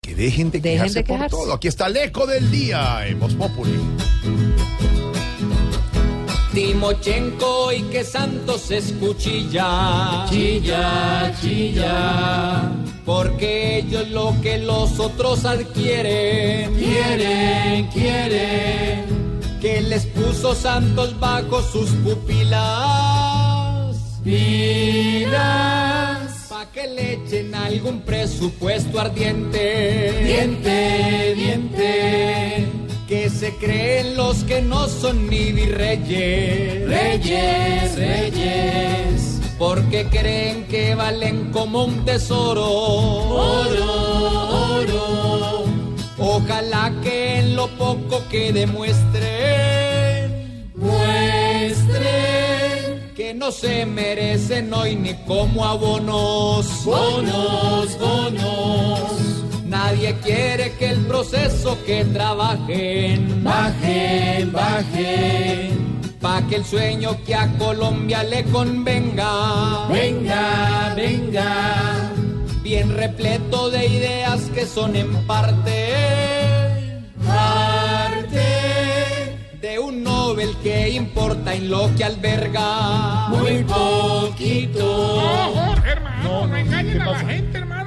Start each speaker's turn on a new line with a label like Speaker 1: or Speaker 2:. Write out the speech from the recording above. Speaker 1: que dejen de
Speaker 2: Dejen
Speaker 1: quejarse
Speaker 2: de
Speaker 1: por
Speaker 2: quejarse.
Speaker 1: todo. Aquí está el eco del día en Voz Populi.
Speaker 3: Timochenko y que Santos es cuchilla. Chilla, chilla. Porque ellos lo que los otros adquieren. Quieren, quieren. Que les puso Santos bajo sus pupilas. Pilas. Pa' que le echen algún presupuesto ardiente. Diente, diente. Que se creen los que no son ni virreyes. Reyes, reyes. Porque creen que valen como un tesoro. Oro, oro. Ojalá que en lo poco que demuestren. Muestren. Que no se merecen hoy ni como abonos. Bonos, bonos. Nadie quiere que el proceso que trabajen baje, baje, pa que el sueño que a Colombia le convenga, venga, venga, bien repleto de ideas que son en parte parte de un Nobel que importa en lo que alberga muy poquito.
Speaker 4: Por favor, hermano, no, engañen a la gente, hermano.